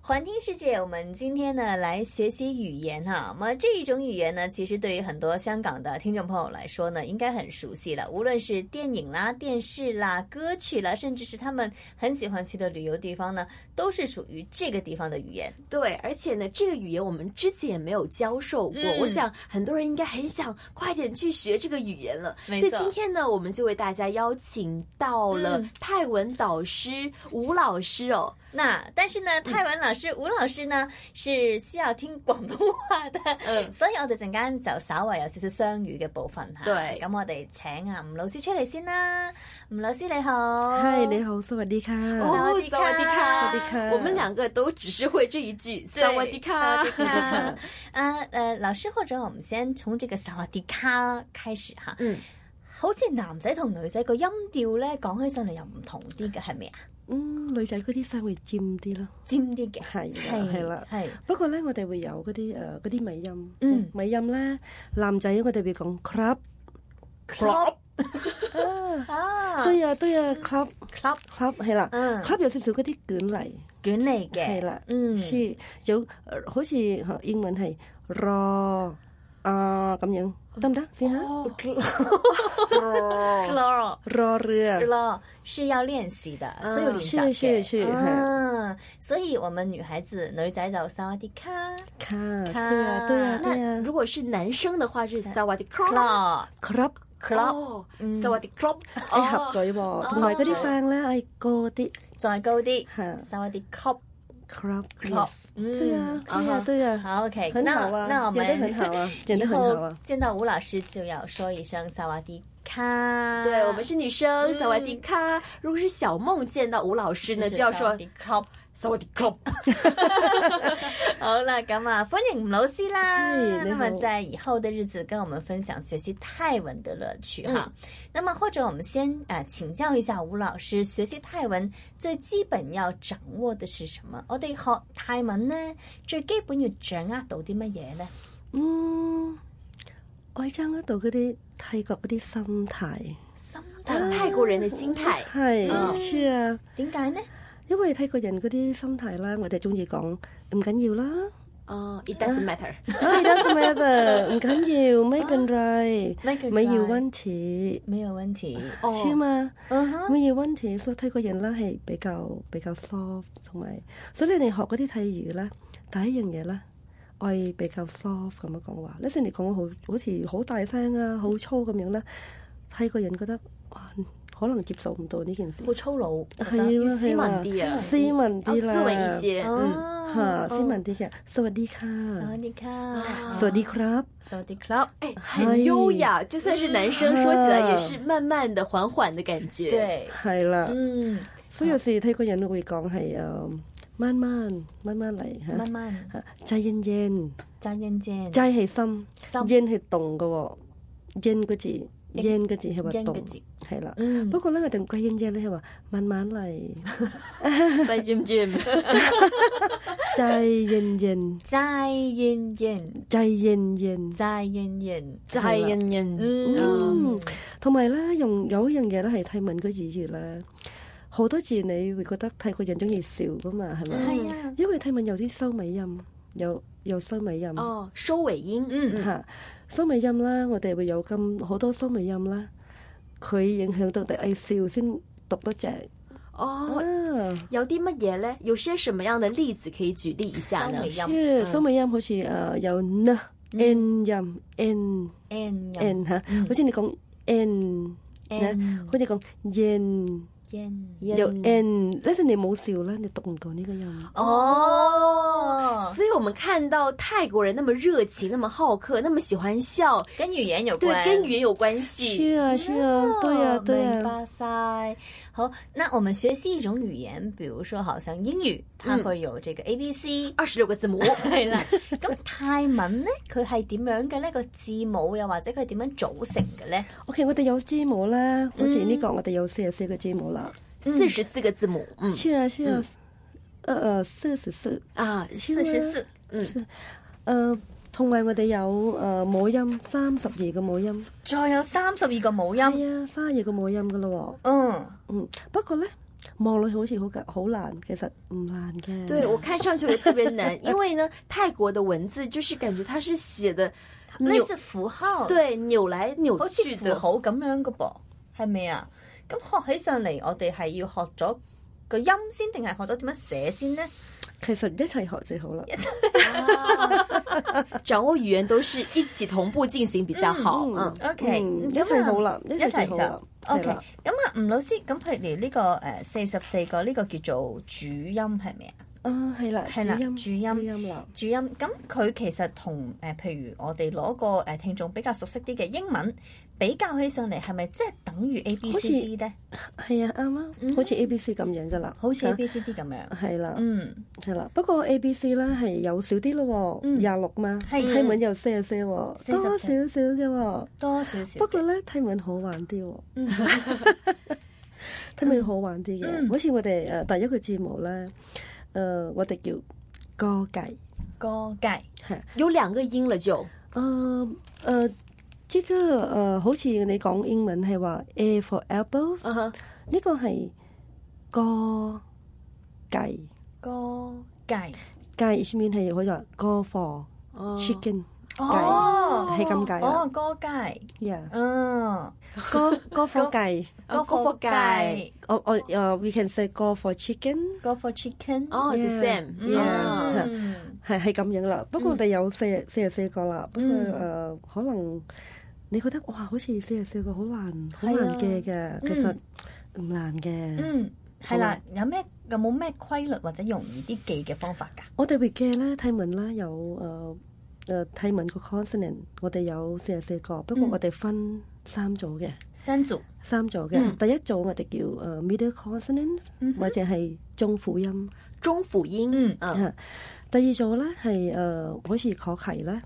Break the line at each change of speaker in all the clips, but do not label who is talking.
环听世界，我们今天呢来学习语言哈、那么这一种语言呢，其实对于很多香港的听众朋友来说呢，应该很熟悉了。无论是电影啦、电视啦、歌曲啦，甚至是他们很喜欢去的旅游地方呢，都是属于这个地方的语言。
对，而且呢，这个语言我们之前也没有教授过，
嗯
我想很多人应该很想快点去学这个语言了。所
没
以
错
今天呢，我们就为大家邀请到了
嗯
泰文导师吴老师哦。
那但是呢，泰文老师、吴老师呢是需要聽廣東話的，
嗯
所以我哋陣間就稍為有少少雙語嘅部分嚇。
對
咁我哋請啊吳老師出嚟先啦。吳老師你好，
嗨，你好，สวัสดีค่ะ
哦
萨瓦迪卡
萨瓦迪
卡
我们两个都只是会这一句“萨瓦迪卡
萨瓦迪 卡啊，呃，老師或者我們先從這個薩瓦迪卡開始嚇”。。
嗯，
好似男仔同女仔個音調咧講起上嚟又唔同啲嘅，係咪啊？
嗯，女仔嗰啲衫會尖啲咯，
尖啲嘅，
係啦，係啦。
係
不過咧，我哋會有嗰啲誒嗰啲尾音，
嗯
尾音咧，男仔我哋會講 club
club
啊，
啊
對啊對啊，club
club
club 係啦
嗯
，club 有少少嗰啲捲嚟，
卷嚟嘅，
係啦，
嗯。
是有呃好似呃英文係 raw 啊咁樣，得唔得？試下
哦 claw
raw 嘅
claw 是要练习的，
嗯
所以有练习
嗯是是是
嗯，所以我们女孩子女仔就萨瓦迪卡
卡，是啊，對啊對
那
啊
如果是男生的话是“萨瓦迪卡
claw
，club。
claw，
哦
嗯
萨瓦迪卡”，哦
你合嘴喎，同埋嗰啲聲咧，哎高啲
再高啲
嚇
萨瓦迪 cop
，crop
cop，
對啊，
嗯
對啊，對啊，
哦好 OK，
很
那
好啊，
那我
剪得很 好
们
啊，剪
以
得很好
后
啊，
见到吴老师就要说一声萨瓦迪卡，
对我们是女生，
嗯
萨瓦迪卡。如果是小梦见到吴老师呢，就要
萨瓦
说
迪 cop。
萨瓦迪卡。
好啦，咁啊，欢迎吴老师啦。
嗨你
那
好
么在以后的日子，跟我们分享学习泰文的乐趣哈。那么或者我们先啊、呃请教一下吴老师，学习泰文最基本要掌握的是什么？我哋学泰文呢，最基本要掌握到啲乜嘢呢？
嗯，我喺爭嗰度嗰啲泰國嗰啲心態，
心
看
態
泰国人的心态，
係
嗯
是啊，
點解呢？
因為泰國人嗰啲心態啦，我哋中意講唔緊要 啦，
嗯
哦，it doesn't matter。
哎，doesn't matter，唔緊要，
啊
咩咁ไร，
那個
咪要問題，
沒有問題。
哦
是啊嘛？
嗯哼，
乜嘢温田，所以泰國人咧係比較比較 soft，同埋所以你哋學嗰啲泰語咧，第一樣嘢咧，我係比較 soft 咁樣講話。你雖然你講好好似好大聲啊，好粗咁樣咧，泰國人覺得哇，可能接受唔到呢件事，
好粗魯，
係
覺得
啦
斯
係
文
啦，
啲啊，
斯文
哦
啲
斯
啦，
文一些。
Dạ,
嗯，
哦
嚇，斯。文啲嘅，สวัสดี
萨
ค่ะ
瓦，迪卡，
สวัสดีครับ，
萨瓦迪 club。
哎，很优雅，就算是男生说起来也是慢慢的、缓缓的感觉。，
對，
係啦，
嗯，
所以有時泰國人會講係誒，慢慢慢慢嚟嚇
慢慢。
嚇，ใจเย็นๆ。
真人真，
齋係心
心
，yen 係動嘅喎，yen 個字，yen 個字係話
yen 個
動
字，
係啦。
嗯
不過咧，我哋唔講 yen yen 咧，係話慢慢嚟，
塞 Jim Jim，
齋 yen yen，
再认认，
齋 yen yen。
再认认，
在人人，
嗯
嗯，同埋咧，用有一樣嘢咧係泰文嘅語語咧，好多字你會覺得泰國人中意笑噶嘛，係咪？
係啊，
因為泰文有啲收尾音，有有收尾音。
哦，收尾音，
嗯
嚇，收尾音啦，我哋會有咁好多收尾音啦，佢影響到你笑先讀得正
哦，
啊。
有啲乜嘢呢？有些什么样的例子可以举例一下呢
收？尾音
即收尾音好似誒有 n ờ, n 音 n
，n n
n 嚇，
嗯
好似你講 n，
n
好似講 yen 有
嗯
n，但是你冇笑咧，你讀唔到呢個音。
哦，
所以我们看到泰国人那么热情，那么好客，那么喜欢笑，
跟語言有
对，
關，
跟语言有关系。
是啊，是啊，对啊，对
哦明
啊，
白晒。好，那我们学習一種語言，比如說好像英語，它會有這個 A B C。
二十六个字母，
係 啦，咁泰文咧，佢係點樣嘅呢？個字母又或者佢點樣組成嘅咧？
OK，我哋有字母啦，好似呢個我哋有四十四個字母啦。
嗯四十四个字母，嗯
是啊，是啊，誒誒，四十四。
啊，
四十四，
嗯
誒，同埋我哋有誒母音三十二個母音，
再有三十二個母音。
係啊，三十二個母音噶咯
嗯
喎。嗯，不過咧，望落去好似好緊好難，其實唔難嘅。
对我看上去我特别难， 因为呢，泰国的文字就是感觉它是写的
類
扭，
似符號，
对扭来扭
好似
去
符
的，
號咁樣嘅噃，係咪啊？咁學起上嚟，我哋係要學咗個音先，定係學咗點樣寫先呢？
其實一齊學最好啦。
啊 掌握语言都是一起同步进行比较好。嗯，
OK，
嗯
咁
一齊
啊
好啦，一
一
齊最
齊
好
就
啦。
O K，
係啦
咁啊，吳老師，咁譬如呢個誒四十四個呢個叫做主音係咪啊？
啊，係啦，
係啦
主音，
主音
主音啦。
主音咁佢其實同誒、呃譬如我哋攞個誒聽眾比較熟悉啲嘅英文比較起上嚟，係咪即係等於 A B
好似
C D 咧？
係啊，啱啊，好似 A B C 咁樣噶啦，
嗯好似
嚇
A B C D 咁樣。
係啦，
嗯，
係啦。不過 A B C 咧係有少啲咯喎，
嗯
廿六嘛，
係
泰文有些些喎，
四十
多少
四
少嘅喎。
多少少。
不過咧，泰文好玩啲喎。
嗯，
睇咪好玩啲嘅，
嗯
好似我哋誒、呃第一個節目咧，誒、我哋叫歌計
歌計
係，
有两个音了就
誒誒，呃即係誒，好似你講英文係話 A for apple，
啊
嗯哼
呢個係歌計
歌計
計上面係可以話歌 for
哦
chicken
哦
係咁啊計啦
哦，歌計
yeah
嗯，
歌歌 for 計，
哦歌 for 計
我我誒 we can say 歌 for chicken
歌 for chicken
哦，the
Yeah，
same，
yeah，
哦
嗯
係係咁樣啦。不過我哋有四四十四個啦，不過誒、
嗯
呃可能你覺得哇，好似四十四個好難好
係啊
難嘅嘅，其實唔難嘅。
嗯，係啦，有咩有冇咩規律或者容易啲記嘅方法㗎？
我哋 r e g 咧泰文啦，有誒誒泰文個 consonant，我哋有四十四個，不過
嗯
我哋分三組嘅，
三組，
三組嘅。
嗯
第一組我哋叫誒、呃 middle consonant，
嗯哼
或者係中輔音。
中辅音，
嗯
嗯
嚇第二組咧係誒，好似確係咧，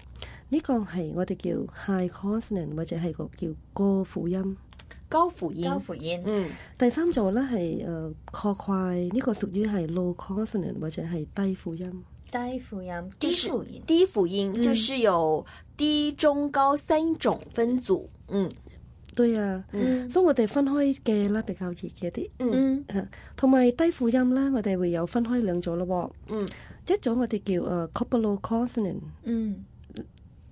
呢個係我哋叫 high consonant 或者係個叫高輔音。
高辅音
交，付煙。
嗯
第三組咧係誒確快，呢個屬於係 low consonant 或者係低輔音。
低附音，
就
低
是
附音，
低辅音嗯就是有低、中、高三种分组，嗯
對啊，
嗯
所以我哋分開嘅咧比較易嘅啲，
嗯
嗯
同埋低輔音咧，我哋會有分開兩組咯
嗯，
喎。一組我哋叫誒 couple consonant，
嗯，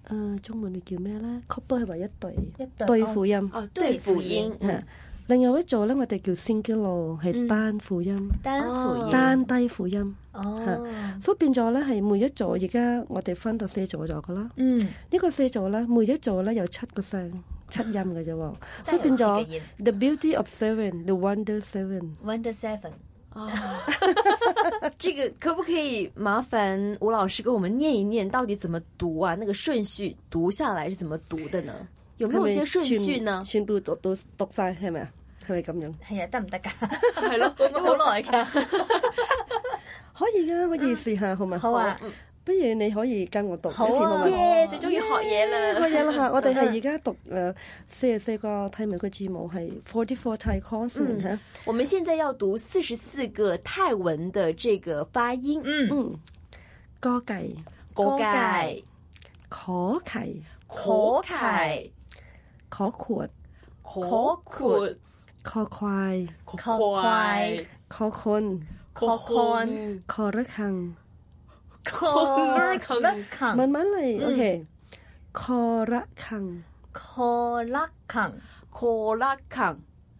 誒中文會叫咩咧？couple 係話一對
一對
對輔音。
哦对辅音，嗯
嚇另外一組咧，我哋叫 singular 係單輔音。
單附
哦
音，
單低輔音，
哦，
所以變咗咧係每一組，而家我哋分到四組咗噶 啦。
嗯，
呢個四組咧，每一組咧有七個聲，七音嘅啫喎。
真係有
所以變
自己
咗
音
The Beauty of Seven, The Wonder Seven。
Wonder Seven，
哦，这个可不可以麻烦吴老师给我们念一念，到底怎么读啊？那个顺序读下来是怎么读的呢？有没有一些顺序 呢？
全部讀到讀晒係咪啊？係咪咁樣？
係啊，得唔得㗎？
系 咯，
會唔會好耐㗎？
可以噶，可以試下好嘛？
好啊，
不如你可以跟我讀一次
好啊
好嘛？
耶
耶！最终于学嘢
開
了，
嘢啦嚇！我 哋係而家讀誒四十四個泰文嘅字母係 forty four Thai consonant 嚇。
我们现在要读四十四个泰文的这个发音，
嗯，
嗯，歌計、
锅盖、
可契、
可凯、
可括、
可阔、
可快、
可快、
可坤、
可宽、
可得坑。
Correcting
慢慢嚟，OK。可得坑
Correcting
可拉康。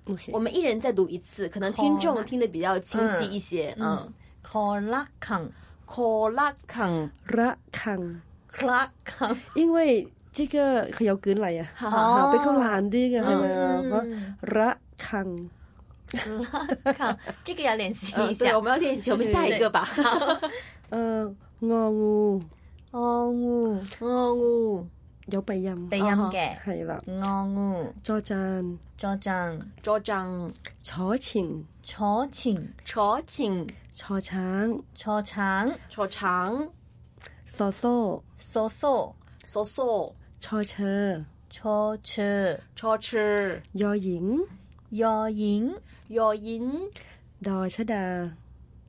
，OK
我。们一人再读一次，可能听
可
众
拉
听得比较清晰
嗯
一些。嗯
嗯，Correcting
可拉康，
得坑，
Correcting
因為呢個佢有卷嚟啊，
哈哈，
哦
嚇比較難啲嘅係咪啊？
嗯
得坑。
Correcting，這個要練習一
嗯，对，
下
我。们要练习，我们下一个 吧。
誒我งู
昂烏
哦，
有鼻音，
哦鼻音嘅，
係啦，
昂烏
坐站
左正
左掌、
坐前
坐前
左前、
坐橙
坐橙
左长、
傻梳
嗦嗦
左手、
坐斜
坐車
左翅、
右影
右影
右引、
墮出啊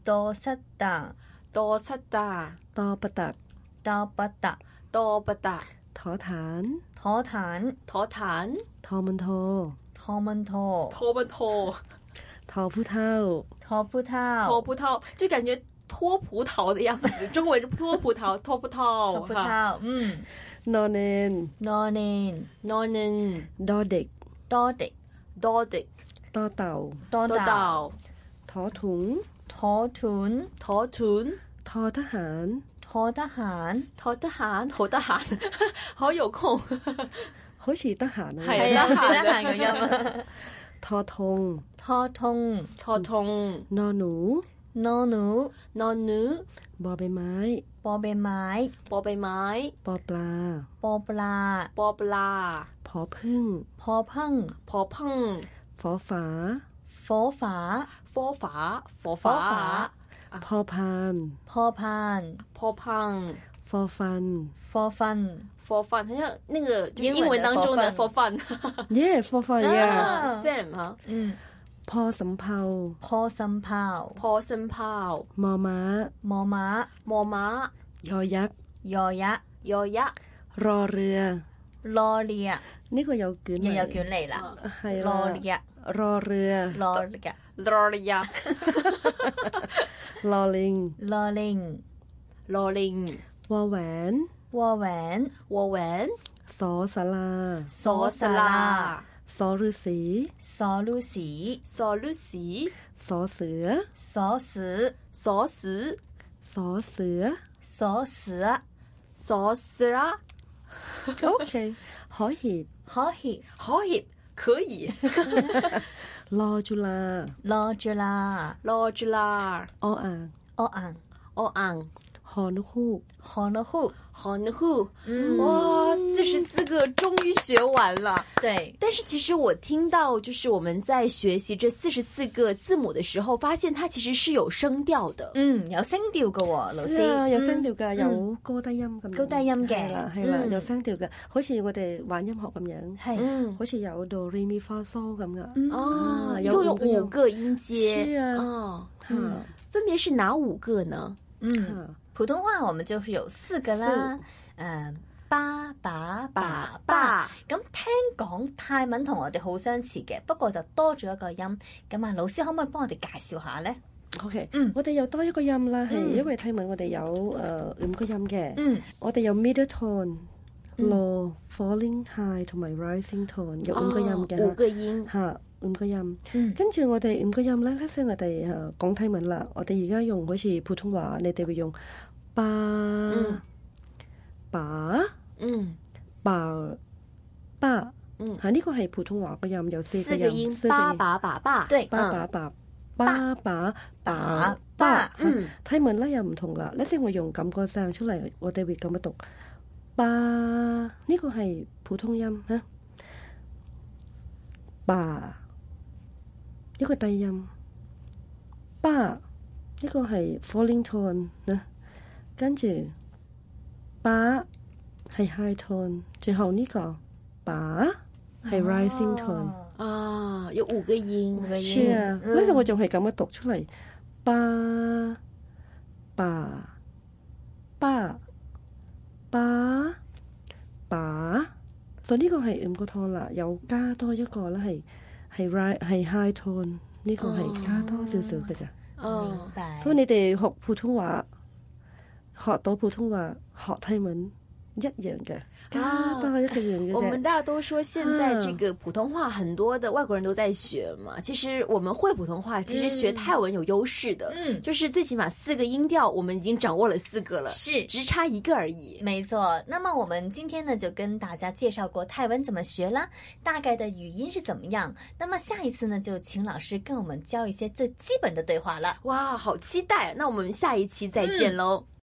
多塞達
多塞达、
墮不達
多不達
多不达、
妥壇
妥坦
妥坦、
陀門陀
托文托
托不托、
桃葡萄，
拖葡
脱
萄，
葡萄，就感觉脱葡萄的样子。中文是脱葡萄，脱葡
拖
萄，
葡萄，嗯
，Northern
，Northern
，Northern
Nordic
Nordic
Nordic
多豆，
多
多
道
道
妥團，
妥團
妥團
妥得閒，
妥得閒，
妥得閒，好得 閒，好有空，
好似得閒啊，
係
啊，
得閒
好得閒嘅音啊，
妥痛
拖通
妥痛
，no 奴，
no no
นอนนื้อ
บ่อใบไม้
บอใบไม้
ปอใบไม้
บ่อปลา
ปอปลา
ปอปลา
ผอพึ่ง
พอพัง
พอพัง
ฝอฝา
ฝอฝา
ฟอฝาฟอ
ฝอ
ฝา
ฝา
พอพาน
พอพาน
พอพัง
ฟอฟัน
ฟอฟัน
ฟอฟัน好像那个就是
英
英
文
文
的
当中的
for
for fun
yes ฟอฟันอ่ะ
啊
Sam 哈
อืม
พอสำเภา
พอสำเภา
พอสัมภาว
มอม้าม
อม้าม
อม้าย
อยักษ์
ยอยักษ์
ยอยักษ์
รอเรือ
ลอเลีย
呢個有卷
又
嚟
有卷嚟啦，
係
ลอ
啦
เลีย
รอเรือ
ลอเลีย
ลอริยาร
อลิง
ลอลิง
ลอลิง
วอแหวน
วอแหวน
วอแหวน
สอสารา
ส
ส
อ
อ
สา
สา
รา
รา
สอฤาษี
สอลูสี
สอฤาษี
สอเสือ
สอเสือ
สอเสือ
สอเสือ
สอเสือ
สอเสือ
OK，
ห
海協
อหีบ
หอหีบ可以
รอจุฬา
ลอจุลา
ลอจุลา
ออ่าง
ออ่าง
ออ่าง
หอนกฮูก
ฮอนอฮูก
ฮอนฮู哇，四十四个终于学完了。
对
但是其实我听到，就是我们在学习这四十四个字母的时候，发现它其实是有声調的。
嗯，有聲調嘅喎，老師，
係啊有聲
嗯
調㗎，有高低音咁樣。
高低音嘅
係啦，係啦，
嗯
有聲調嘅，好似我哋玩音樂咁樣，
係，
嗯，
好似有 do re mi fa so 咁噶。
嗯
哦，
啊
一
有
共有
五个音
五个音阶。
是啊
哦，
嗯
分别是哪五个呢？
嗯，
啊
普通話我們就是有四個啦，呃誒，爸爸爸爸，
爸
咁聽講泰文同我哋好相似嘅，不過就多咗一個音，咁啊，老師可唔可以幫我哋介紹下呢？
，OK，
嗯
我哋又多一個音啦，係
嗯
因為泰文我哋有誒五個音嘅，
嗯，
我哋有 middle tone、
嗯
low、falling high 同埋 rising tone
Ờ,
有五個音
哦五
嘅
个音。
嚇，五個音。
嗯，
跟住我哋五個音咧，呢先我哋誒講泰文啦。我哋而家用好似普通話，你哋會用吧、把、
嗯
吧、吧。
嗯
嚇呢個係普通話嘅音，有四個
四個
音。
音，爸爸爸爸。
對
爸爸
嗯
爸爸爸
爸
爸
爸
爸。
嗯
泰文咧又唔同啦，呢先我用咁個聲出嚟，我哋會咁樣讀。吧呢個係普通音嚇，吧一個低音，吧呢個係 falling tone 啊，跟住吧係 high tone，最後呢個吧係 rising tone。
哦
啊，有五个音。
嘅
是啊，
嗯
呢度我仲係咁樣讀出嚟，吧吧吧吧吧，所以呢個係五個 tone 啦，又加多一個啦，係係 right 係 high tone，呢個係加多少少嘅咋，
哦明
嗯，
白，
所以你哋學普通話，學到普通話，學泰文一樣嘅，加多一個樣嘅
我们
啫。
大家都说现在这个普通话很多的外国人都在学嘛，其实我们会普通话，其实学泰文有优势的，
嗯，
就是最起码四个音调我们已经掌握了四个了，
是。
只差一个而已。
没错，那么我们今天呢就跟大家介绍过泰文怎么学啦，大概的语音是怎么样。那么下一次呢，就请老师跟我们教一些最基本的对话了。
啊哇，好期待！那我们下一期再见喽。